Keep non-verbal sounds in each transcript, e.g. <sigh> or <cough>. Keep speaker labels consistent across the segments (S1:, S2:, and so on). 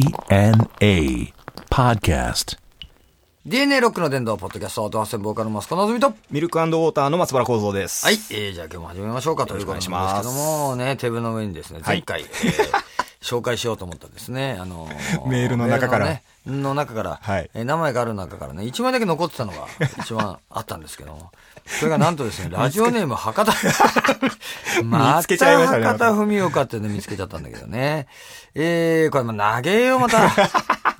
S1: DNA Podcast.
S2: DNA ロックの伝道ポッドキャストアートハッセンボーカルのマスコナズミと。
S3: ミルクウォーターの松原幸三です。
S2: はい、えー、じゃあ今日も始めましょうかということなんですけども、ね、テーブルの上にですね、前回、えー <laughs> 紹介しようと思ったですね、あのー
S3: メールの中から
S2: メールのねの中から、
S3: はい
S2: えー何枚かある中からね、1枚だけ残ってたのが一番あったんですけども、 <laughs> それがなんと
S3: <laughs>
S2: ですね、ラジオネーム博多、
S3: 見つけちゃいましたね
S2: 博多文岡っていうの見つけちゃったんだけど
S3: <laughs>
S2: ね。えー、これもう長えよ、また。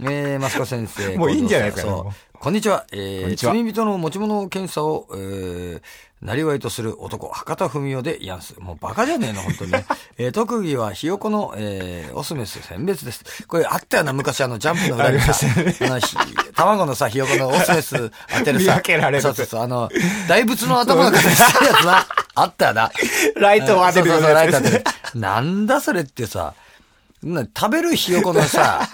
S2: えー、マスコ先生。
S3: もういいんじゃないですかね
S2: そう
S3: もう
S2: こんにちは。え
S3: こん
S2: ー、
S3: にちは
S2: 罪人の持ち物検査を、えー、なりわいとする男、博多文雄でやんす。もうバカじゃねえの、本当に
S3: <laughs>
S2: ね。えー、特技はひよこの、えー、オスメス選別です。これあったよな、昔あの、ジャンプの裏にさ、あ,、の、ひ卵のさ、ひよこのオスメス当てるさ。
S3: <laughs> 見分けられる
S2: そうそうそう、あの、大仏の頭の形したやつな。あったよな。
S3: ライトを当てる
S2: そ
S3: よ
S2: うそう
S3: う
S2: そう
S3: な
S2: ライ
S3: や
S2: ト当
S3: つ
S2: て
S3: です
S2: る
S3: ね。
S2: なんだそれってさ、な食べるひよこのさ、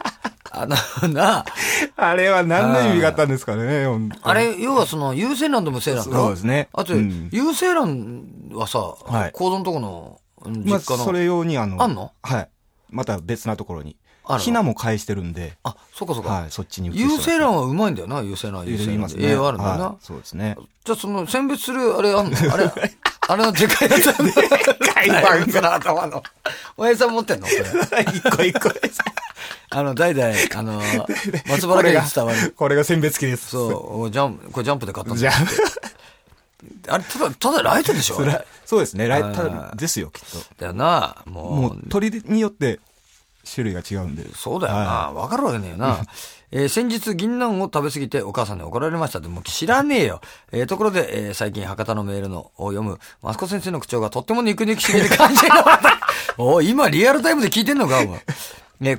S2: あの、なあ、
S3: <laughs> あれは何の意味があったんですかね、本当に
S2: あれ、要はその、有精卵と無精卵だろ
S3: そうですね
S2: あと、
S3: うん
S2: 有精卵はさ、
S3: はい
S2: 構造のとこの、うん実
S3: まあ、
S2: 家の。
S3: それ用にあの、
S2: あんの
S3: はい。また別なところに
S2: ある。の
S3: ひなも返してるんで、
S2: あ、そっかそっか。
S3: はい、そっちに移してま
S2: 有
S3: す
S2: 精卵はうまいんだよな、有精卵、有
S3: 入れ
S2: 精
S3: て
S2: 卵。
S3: ますね。
S2: 栄養あるんだよな。
S3: はいそうですね。
S2: じゃあ、その、選別する、あれあん
S3: <laughs>
S2: のあれ、あれのでかいやつ。でかいパンクの頭 <laughs> の。親父さん持ってんのこれ。
S3: 一個一 <laughs> 個です。
S2: あの、代々、あの、松
S3: こ
S2: 原
S3: れ
S2: 家
S3: が
S2: に伝わ
S3: <laughs>
S2: る。、
S3: これが選別機です。
S2: そう、おジャンプ、これジャンプで買ったん
S3: じゃ
S2: だ。
S3: あ、
S2: あれ、ただ、ただライトでしょあ
S3: そ
S2: れ
S3: らそうですね。ライ
S2: あー
S3: ただですよ、きっと。
S2: だよな、もう。
S3: もう鳥によって種類が違うんで。
S2: そうだよな。
S3: は
S2: わかるわけねえよな。えー先日、銀杏を食べ過ぎてお母さんに怒られましたって、もう知らねえよ。えーところで、えー最近博多のメールのを読む、マスコ先生の口調がとっても肉々しげで感じが悪いおい今リアルタイムで聞いてんのか、お前。えー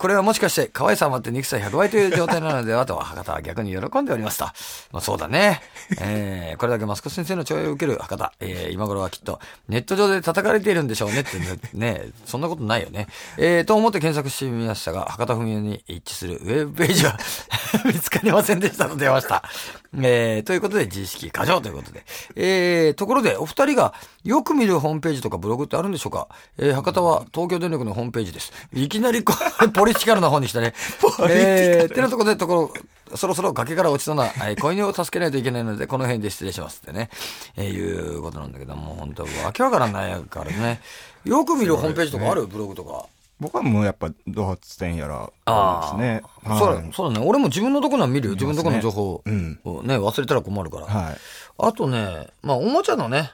S2: これはもしかして、可愛さ余って肉さ100倍という状態なのではと、 <laughs> 博多は逆に喜んでおりますと。まあそうだね。えーこれだけマスコ先生の調印を受ける博多。えー今頃はきっと、ネット上で叩かれているんでしょうねってね、ね <laughs> そんなことないよね。えーと思って検索してみましたが、博多文雄に一致するウェブページは <laughs> 見つかりませんでしたので出ました。えーということで、自意識過剰ということで。えーところで、お二人がよく見るホームページとかブログってあるんでしょうかえー博多は東京電力のホームページです。いきなりこうポリティカルな方に来たね。えーてなところで、ところ、そろそろ崖から落ちそうな、えー子犬を助けないといけないので、この辺で失礼しますってね、えーいうことなんだけども、本当わけわからないからね。よく見るホームページとかある、ブログとか。
S3: 僕はもうやっぱ、ドハツ店やら、
S2: あ
S3: です
S2: あ、
S3: ね。はい
S2: そうだね。そうだね。俺も自分のところは見るよ。自分のところの情報を
S3: う
S2: ね、
S3: ん
S2: 忘れたら困るから。
S3: はい。
S2: あとね、まあ、おもちゃのね、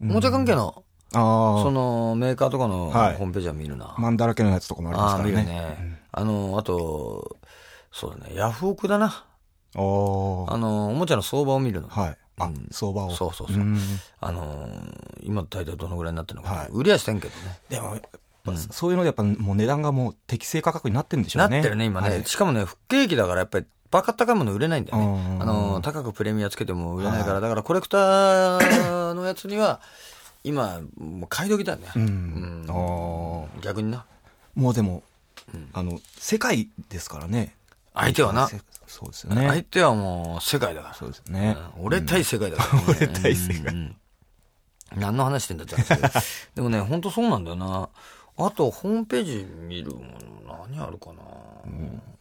S2: おもちゃ関係の、
S3: あ
S2: その、メーカーとかのホ
S3: はい
S2: ームページは見るな。
S3: あ、マンだらけのやつとかもあります
S2: ああ、
S3: から
S2: 見る
S3: ね。
S2: ね。あの、あと、そうだね、ヤフオクだな。
S3: おー
S2: あの、おもちゃの相場を見るの。
S3: はい。あ、
S2: うん
S3: 相場を。
S2: そうそうそう
S3: うん
S2: あのー、今大体どのぐらいになってるのか。
S3: はい
S2: 売りはしてんけどね。
S3: でも、やっぱそういうのでやっぱもう値段がもう適正価格になってるんでしょ
S2: な
S3: う
S2: っ
S3: ね。
S2: てるね、今ね。
S3: はい
S2: しかもね、不景気だからやっぱり、バカ高いもの売れないんだよね。
S3: うん
S2: あのー、高くプレミアつけても売れないから、
S3: は
S2: だからコレクターのやつには、今、もう買い時だよね。
S3: うん。
S2: うん
S3: おー
S2: 逆にな。
S3: もうでも、あの、世界ですからね。
S2: 相手はな。
S3: せそうですよ
S2: 相
S3: ね。
S2: 手はもう世界だから。
S3: そうですね。
S2: うん俺対世界だから、ね。
S3: 俺対世界
S2: うんうん何の話してんだって話だけど
S3: <laughs>
S2: でもね、ほんとそうなんだよな。あと、ホームページ見るもの、何あるかな、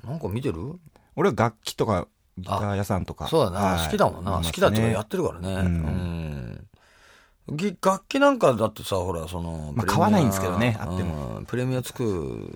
S2: なんか見てる
S3: 俺は楽器とか、ギター屋さんとか。
S2: そうだな、
S3: はい
S2: 好きだもんな、好きだっていうかやっ。てるからね。うんぎ楽器なんかだってさ、ほら、その、プレミ
S3: まあ
S2: ア
S3: 買わないんですけどねあっても
S2: うんプレミアつく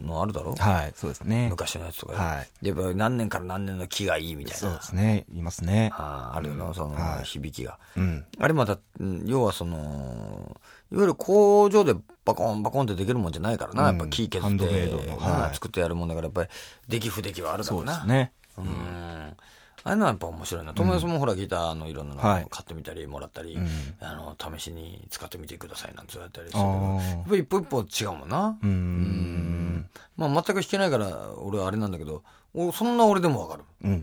S2: のあるだろ、
S3: はい、そうですね。
S2: 昔のやつとか。
S3: はい
S2: やっぱ何年から何年の木がいいみたいな。
S3: そうですね。いますね。
S2: あーあるよな、その、
S3: はい
S2: 響きが。
S3: うん。
S2: あれまた、うん要はその、いわゆる工場でバコンバコンってできるもんじゃないからな、
S3: うん
S2: やっぱ木削
S3: ハン
S2: っ
S3: ドメ
S2: て
S3: イド、の
S2: な
S3: はい
S2: 作ってやるもんだから、やっぱり、出来不出来はあるだろ
S3: そうう
S2: な。
S3: ですね。
S2: うん。あれのはやっぱ面白いな。友達もほら、ギターのいろんなの
S3: はい
S2: 買ってみたり、もらったり、
S3: うん
S2: あの、試しに使ってみてくださいなんて言われたりす
S3: あ
S2: るけど、
S3: ー
S2: やっぱり一歩一歩違うもんな。
S3: う。
S2: うんまあ、全く弾けないから、俺はあれなんだけど、おそんな俺でもわ
S3: <laughs>
S2: かる。
S3: うん。
S2: う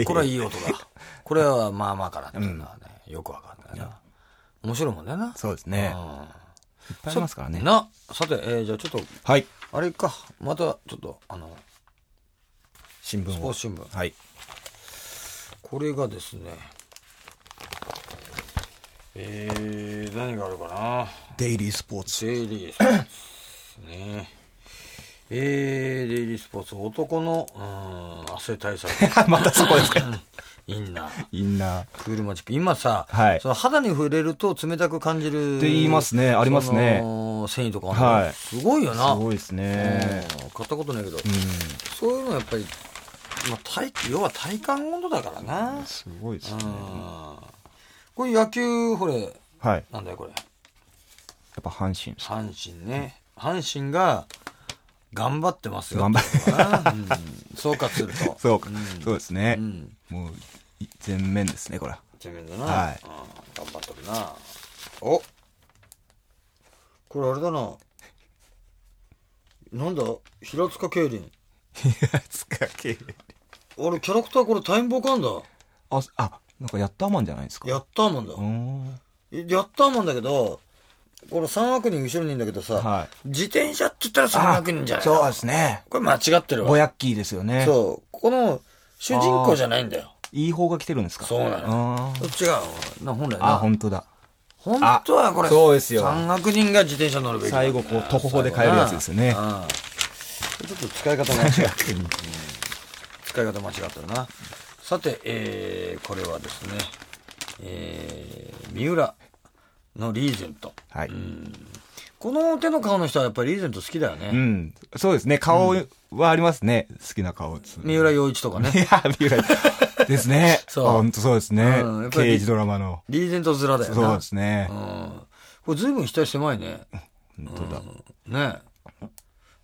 S2: んこれはいい音だ。これはまあまあかなっていうのはね、よくわかんないな。面白いもんだよな。
S3: そうですね。いっぱいありますからね。
S2: な、さて、えーじゃあちょっ
S3: はい。
S2: と、あれか、またちょっと、あの、
S3: 新聞
S2: スポーツ新聞。
S3: はい。
S2: これがですね、えー、何があるかな。
S3: デイリースポーツ。
S2: デイリースポーツね。えー、デイリースポーツ、男の、うーん、汗対
S3: <laughs>
S2: 策。
S3: <laughs> またそ
S2: <laughs>
S3: こですか。
S2: インナー。
S3: インナー。
S2: クールマジック。今さ、
S3: はい
S2: その肌に触れると冷たく感じる。
S3: って言いますねありますね
S2: その繊維とかあるの
S3: はい
S2: すごいよな。
S3: すごいですね。
S2: うん買ったことないけど、
S3: うん。
S2: そういうのやっぱり、まあ、体要は体感温度だからな。うん。
S3: すごいですね。
S2: これ野球、これ、
S3: はい。や
S2: なんだよ、これ。
S3: っぱ阪神です。
S2: 阪神ね。阪神が、頑張ってますよ。
S3: 頑張
S2: ってことかな。うん総括すると。
S3: <laughs> そうか
S2: ん。
S3: そうですね
S2: う。ん。
S3: もう、い全面ですね、これは。
S2: てめえだな。
S3: はい
S2: うん頑張っとるな。おこれあれだな。なんだ平塚競輪。あれ、キャラクターこれタイムボカンだ。
S3: あ、あ、なんかやったーマンじゃないですか。
S2: ヤッターマンだ
S3: うー。ん。
S2: えヤッターマンだけど、この3悪人後ろにいるんだけどさ、
S3: は
S2: 自転車って言ったら3悪人じゃない
S3: そうですね。
S2: これ間違ってる
S3: ぼ
S2: わ。
S3: やっきーですよね。
S2: そう。この主人公じゃないんだよ。
S3: いい方が来てるんですか
S2: そうなの
S3: あー。
S2: 違う。な本来
S3: あ、
S2: な。
S3: 本当だ。
S2: 本当はこれ、
S3: あそうですよ
S2: 山岳人が自転車乗るべきだ
S3: 最後こう徒歩で帰るやつですよね
S2: 最後なうんちょっと使い方間違ってる。うん使い方間違ってるな。さて、えー、これはですね、えー、三浦のリーゼント。
S3: はい。
S2: この手の顔の人はやっぱりリーゼント好きだよ
S3: う
S2: ね。
S3: ん。そうですね。顔はありますね。好きな顔です。
S2: 三浦洋一とかね
S3: い。や、三浦。ですね。
S2: そう
S3: あ本当そうですね
S2: うんやっ。ぱり
S3: 刑事ドラマの。
S2: リーゼント面だよな。
S3: そうですね
S2: う。ん。これ随分額狭いね。
S3: 本当だ。
S2: ね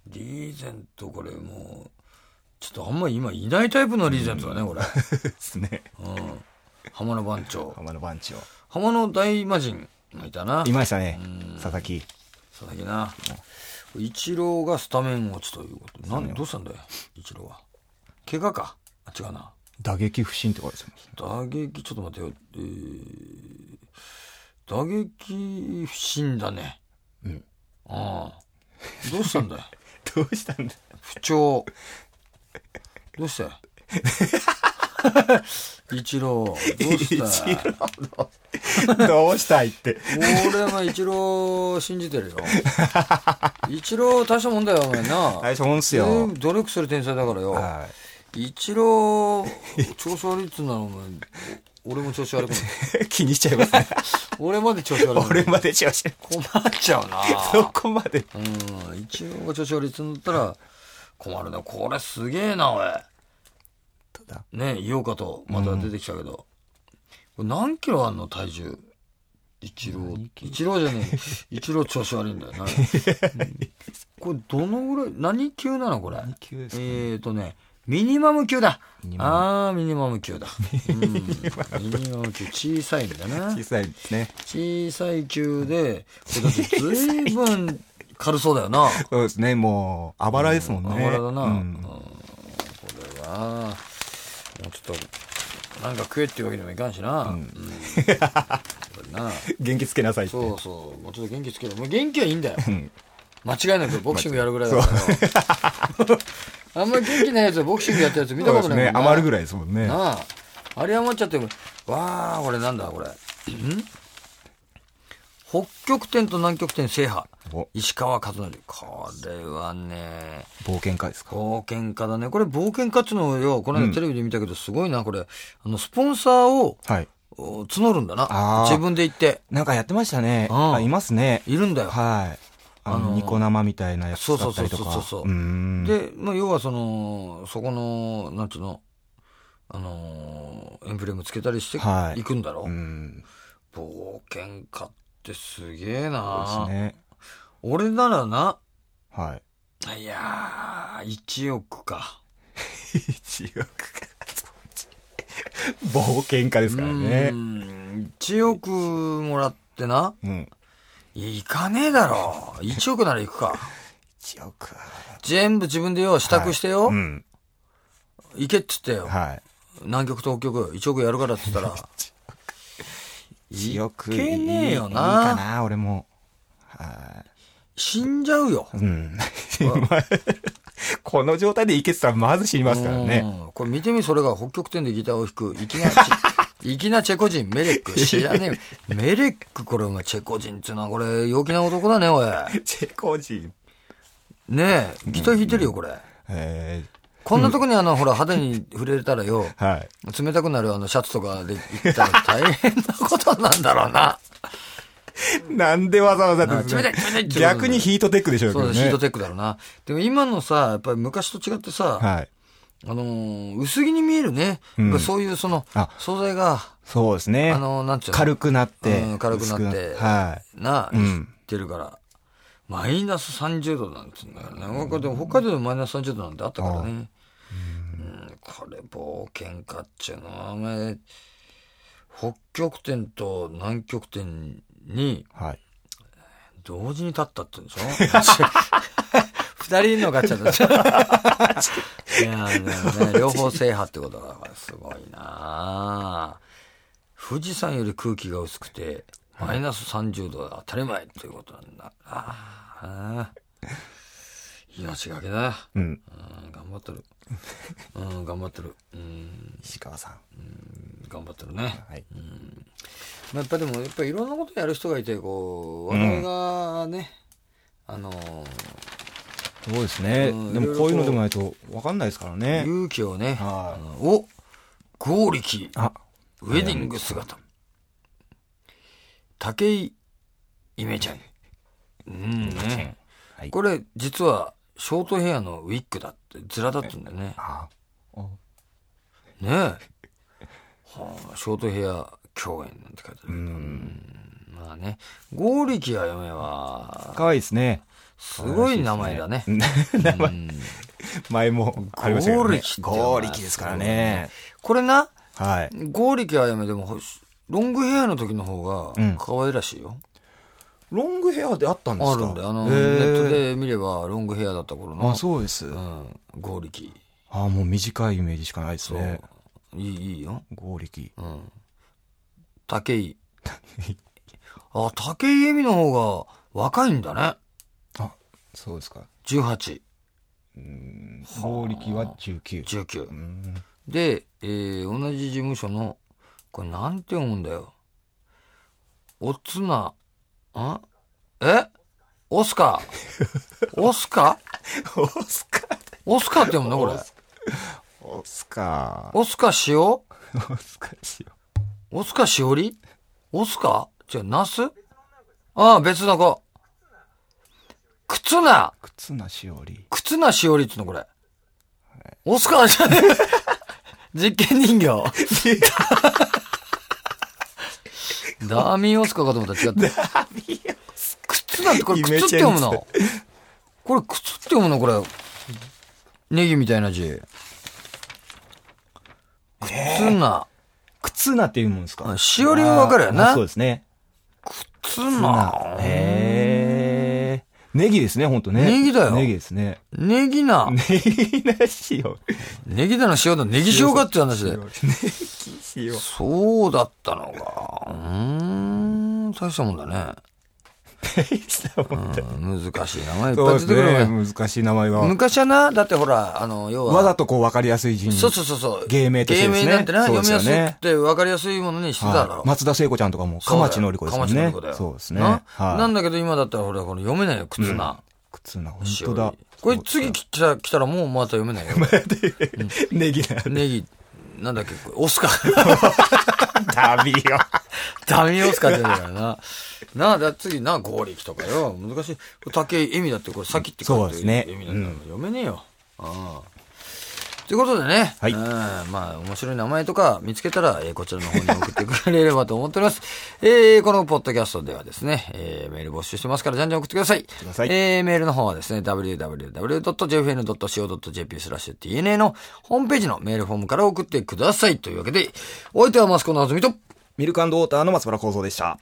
S2: リーゼントこれもうちょっとあんまり今いないタイプのリーゼントだねこれ、
S3: ですね。
S2: うん、浜野番長
S3: 浜野番長。
S2: 浜野大魔神がいたない
S3: ましたね。佐々木。
S2: 佐々木な一郎がスタメン落ちということ何どうしたんだよ一郎は怪我かあ違うな
S3: 打撃不振って書いてあります。
S2: 打撃ちょっと待ってよ、えー、打撃不振だねうんああどうしたんだよ
S3: どうしたんだ
S2: 不調。どうしたよ一郎、どうしたよ
S3: どうした
S2: <laughs>
S3: いって。
S2: 俺は一郎を信じてるよ。一郎大したもんだよ、お前な。
S3: 最初本っす
S2: 全
S3: よ。
S2: 部努力する天才だからよ。
S3: は
S2: 一郎、調子悪いっつうなら、お前、俺も調子悪くない。
S3: い。 <laughs> 気にしちゃいますね。
S2: 俺まで調子悪くない。
S3: <laughs> 俺まで調子悪い。
S2: 困っちゃうな。
S3: そこまで。
S2: うん、一郎が調子悪いっつうんだったら、困るな。これすげえな、おい。
S3: ただ
S2: ね、井岡とまた出てきたけど、これ何キロあんの体重一郎一郎じゃ
S3: <laughs>
S2: ねえ一郎調子悪いんだよなうんこれどのぐらい何級なのこれ
S3: 級ですか
S2: え
S3: ね
S2: っ、ー、とねミニマム級だ
S3: ニマム
S2: ああーミニマム級だ、うん、ミニマム級小さいんだな
S3: 小さいですね。
S2: 小さい級でこれだって随分軽そうだよな
S3: そうですね。もう、あばらですもんね。
S2: あばらだな、
S3: う
S2: うん
S3: ん
S2: これはもうちょっとなんか食えっていうわけにもいかんしな、うんこ
S3: <laughs>
S2: れな
S3: 元気つけなさいって。
S2: そうそうもうちょっと元気つけてもう元気はいいんだよ
S3: ん
S2: 間違い
S3: <laughs>
S2: なくボクシングやるぐらいだからよあんまり元気ないやつはボクシングやったやつ見た
S3: そ
S2: こ
S3: うで
S2: と
S3: す
S2: ない
S3: ね。余るぐ
S2: らい
S3: らいですもんね。
S2: なああれ余っちゃってもわあこれなんだこれん北極点と南極点制覇
S3: お
S2: 石川和則これはね
S3: 冒険家ですか。
S2: 冒険家だね。これ冒険家っつうのをよ、この間テレビで見たけど、すごいな、これ。あの、スポンサーを
S3: はい。
S2: お募るんだな。
S3: あー
S2: 自分で行って。
S3: なんかやってましたね。
S2: うん
S3: あいますね。
S2: いるんだよ。
S3: はい。あの、ニコ生みたいなやつ
S2: そう
S3: だ
S2: そう
S3: った
S2: そう
S3: りと
S2: そ
S3: か。
S2: うそうそう
S3: ーん。
S2: で、まあ、要はその、そこの、なんつうの、あのーエンブレムつけたりして、
S3: はい
S2: 行くんだろ、
S3: うん。
S2: 冒険家ってすげえ
S3: そ
S2: な
S3: うですね。
S2: 俺ならな、
S3: はい。
S2: いやー、1億か。
S3: <laughs> 一億か。冒険家ですからね
S2: う。ん、1億もらってな、
S3: うん。
S2: いや行かねえだろ。1億なら行くか。
S3: 一億は。
S2: 全部自分でよ、支度してよ、
S3: うん。
S2: 行けっつってよ、
S3: はい。
S2: 南極東極1億やるからっつったら、
S3: <laughs> 一億。
S2: いけねえよない
S3: いかな、俺も。は
S2: 死んじゃうよ。
S3: い。 <laughs> うん。この状態でいけてたらまず死にますからね。
S2: うんこれ見てみ、それが北極点でギターを弾く、粋な、
S3: <laughs>
S2: 粋なチェコ人、メレック。知らねえよ。メレック、これお前チェコ人っていうのはこれ、陽気な男だね、おい。
S3: チェコ人。
S2: ねえ、ギター弾いてるよ、これ。
S3: え
S2: こんなとこにあの、ほら、肌に触れたらよ、
S3: ー、はい。
S2: 冷たくなるあの、シャツとかで行ったら大変なことなんだろうな。
S3: なんでわざわざ
S2: な
S3: で
S2: 冷
S3: す
S2: たい、冷たいってことなんだ
S3: 逆にヒートテックでしょ
S2: そうだ、
S3: けど
S2: シート
S3: ね。
S2: テックだろうな。でも今のさ、やっぱり昔と違ってさ、
S3: はい。
S2: あのー薄着に見えるね。
S3: ん
S2: やっぱそういうその
S3: あ、
S2: 素材が、
S3: そうですね。
S2: あのーなんちゅうの
S3: 軽くなっ
S2: う
S3: て
S2: ん。軽くなって
S3: 薄は
S2: な、
S3: ん
S2: 言ってるから。マイナス30度なんつうんだよね。これでも北海道でマイナス30度なんてあったからね。うん、これ冒険家っちゅうのは、お前、北極点と南極点に
S3: い。はい。
S2: 同時に立ったって言うんでしょ <laughs> 二人のガチャだ <laughs> いやーでもね、両方制覇ってことだからすごいなぁ富士山より空気が薄くて、マイナス30度は当たり前っていうことなんだ。ああ。命がけだ。
S3: うん。
S2: うん、頑張ってる。うん、頑張ってる。うん、
S3: 石川さん。
S2: 頑張ってるね。
S3: はい。
S2: まあ、やっぱでも、やっぱいろんなことやる人がいて、こう、話題がね、あのー、
S3: そうですね。で
S2: うん
S3: もこういうのでもないとわかんないですからね。
S2: 勇気をね、
S3: は
S2: お、剛力、
S3: あ、
S2: ウェディング姿。武井、イメちゃん。うんね。
S3: はい。
S2: これ、実は、ショートヘアのウィッグだって、ズラだったんだよね。
S3: あ、
S2: ねえ。はあ、ショートヘア共演なんて書いてあるけど。うんまあね、剛力や嫁は、
S3: かわいいですね。
S2: すごい名前だね。
S3: <laughs> 名前。前もありましたけどね。
S2: 剛力っていうのは
S3: 剛力ですからね。
S2: これな、
S3: はい。
S2: 剛力あやめでも、ほしロングヘアの時の方が
S3: うん、
S2: 可愛らしいよ。
S3: ロングヘアであったんです
S2: あ
S3: か
S2: るんだよ。あの、
S3: へ
S2: ネ
S3: ー
S2: ットで見れば、ロングヘアだった頃の。
S3: あ、そうです。
S2: う
S3: あ
S2: ん。剛力。
S3: ーもう短いイメージしかないです
S2: そう
S3: ね。
S2: いい、いいよ。
S3: 剛力。
S2: うん。武井。あ、武井絵美の方が若いんだね。
S3: あ、そうですか。
S2: 18、
S3: 剛力は19。
S2: 19。
S3: うん
S2: で、えー同じ事務所の、これなんて読むんだよ。おつな、んえオスカ
S3: <laughs>
S2: ー。オスカー
S3: オスカー。
S2: オスカーって読むのこれ。
S3: オスカ
S2: オスカー塩
S3: ー。オスカーしよ
S2: オスカーしおりオスカー違う、ナスああ、別の子。靴な
S3: う。忽那しおり。
S2: 靴なしおりっつうのこれ。オスカーじゃねえ実験人形。ダーミンオスカーかと思ったら違った。ダーミンオスカー。靴なんてこれ靴って読む
S3: イメ
S2: のこれ靴って読むのこれ。ネギみたいな字。靴な。
S3: 忽那っていうもんです
S2: あ
S3: か。
S2: しおりはわかるよね
S3: あそうですね。
S2: 靴
S3: な
S2: な。
S3: へえ。ネギですね、ほんとね。
S2: ネギだよ
S3: ネギですね。
S2: ネギな。
S3: ネギなしよ。
S2: ネギだの塩だの、ネギ塩かっていう話
S3: ネ
S2: で。
S3: ギしよ。
S2: そうだったのか。うーん、大したもんだね。
S3: 大したもんだ。
S2: うん難しい名前いっ
S3: そ
S2: ぱ
S3: う
S2: い
S3: で
S2: 出
S3: す
S2: てくるね。
S3: ね。難しい名前が。
S2: 昔はな、だってほら、あの、要は。
S3: わざとこう分かりやすい人に。
S2: そうそうそうそう。
S3: 芸名としてですね
S2: 芸名なんてな、
S3: そう
S2: 読
S3: で
S2: み
S3: す
S2: や
S3: よね
S2: すくて分かりやすいものにしてただ
S3: は
S2: ろ
S3: い。。松田聖子ちゃんとかも、
S2: そう
S3: か
S2: だよ
S3: まちのりこですもん
S2: かま
S3: ね
S2: ちのりこだ。よ
S3: そうですね。
S2: ななん
S3: は
S2: だけど今だったらほら、この読めないよ、靴な。
S3: い。靴な、本
S2: しお
S3: 当
S2: り
S3: だ。
S2: これ次来た来たらもうまた読めないよ。
S3: <laughs> ネギな。
S2: ネギ、なんだっけ、これオスカー。
S3: ダ <laughs> ビよ。
S2: ダミーオスカーって言うんだからな。 <laughs> なあ、だ次な、合力とかよ。難しい。竹井絵美だって、これ先って書いて
S3: そうですね
S2: 絵美なんだから読めねえよ。ああ。ということでね。
S3: はい
S2: うんまあ、面白い名前とか見つけたら、えーこちらの方に送ってくれればと思っております。 <laughs> えーこのポッドキャストではですね、えーメール募集してますから、じゃんじゃん送ってください。
S3: ださい
S2: えーメールの方はですね、www.jfn.co.jp スラッシュ tna のホームページのメールフォームから送ってください。というわけで、お相手はマスコのあずみと、
S3: ミルクウォーターの松原幸三でした。